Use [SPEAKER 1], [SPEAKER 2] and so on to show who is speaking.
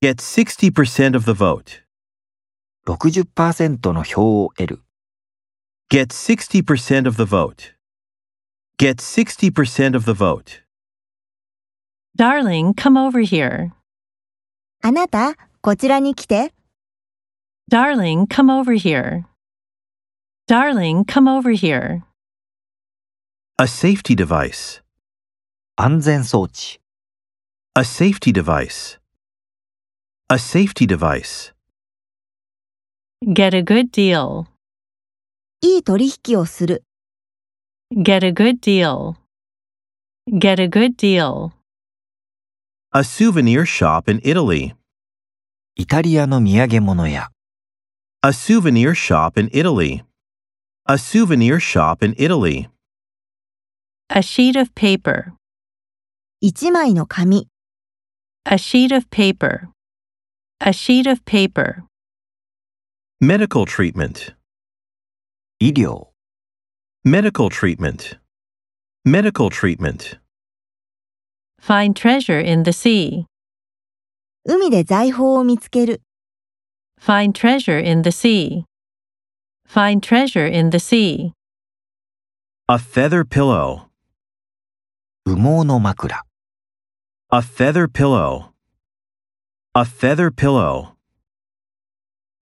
[SPEAKER 1] Get 60% of the vote.
[SPEAKER 2] 60%の票を得る。
[SPEAKER 1] Get 60% of the vote. Get 60% of the vote.
[SPEAKER 3] Darling, come over here.
[SPEAKER 4] あなた、こちらに来て。
[SPEAKER 3] Darling, come over here. Darling, come over here.
[SPEAKER 1] A safety device.
[SPEAKER 2] 安全装置。
[SPEAKER 1] A safety device. A safety device.
[SPEAKER 3] Get a good deal.
[SPEAKER 4] いい取引をする。
[SPEAKER 3] Get a good deal. Get a good deal.
[SPEAKER 1] A souvenir shop in Italy.
[SPEAKER 2] イタリアの土産物屋。
[SPEAKER 1] A souvenir shop in Italy. A souvenir shop in Italy.
[SPEAKER 3] A sheet of paper.
[SPEAKER 4] 一枚の紙。
[SPEAKER 3] A sheet of paper. A sheet of paper.
[SPEAKER 1] Medical treatment.
[SPEAKER 2] 医療。
[SPEAKER 1] Medical treatment. Medical treatment.
[SPEAKER 3] Find treasure in the sea.
[SPEAKER 4] 海で財宝を見つける。
[SPEAKER 3] Find treasure in the sea. Find treasure in the sea.
[SPEAKER 1] A feather pillow.
[SPEAKER 2] 羽毛の枕。
[SPEAKER 1] A feather pillow. A feather pillow.